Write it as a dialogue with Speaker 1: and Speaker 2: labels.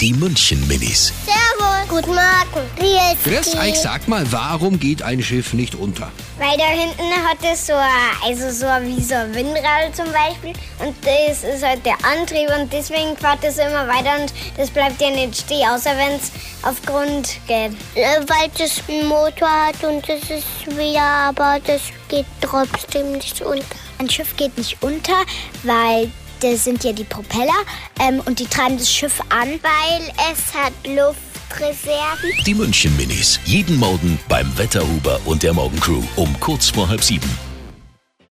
Speaker 1: Die München-Minis.
Speaker 2: Servus. Guten Morgen. Grüß
Speaker 1: Chris,
Speaker 2: dich.
Speaker 1: ich sag mal, warum geht ein Schiff nicht unter?
Speaker 2: Weil da hinten hat es so, ein- also so ein- wie so ein Windrad zum Beispiel und das ist halt der Antrieb und deswegen fährt es immer weiter und das bleibt ja nicht stehen, außer wenn es auf Grund geht. Äh, Weil das einen Motor hat und das ist wieder, aber das geht trotzdem nicht unter. Ein Schiff geht nicht unter, weil das sind ja die Propeller ähm, und die treiben das Schiff an. Weil es hat Luftreserven.
Speaker 1: Die München-Minis. Jeden Morgen beim Wetterhuber und der Morgencrew um kurz vor halb sieben.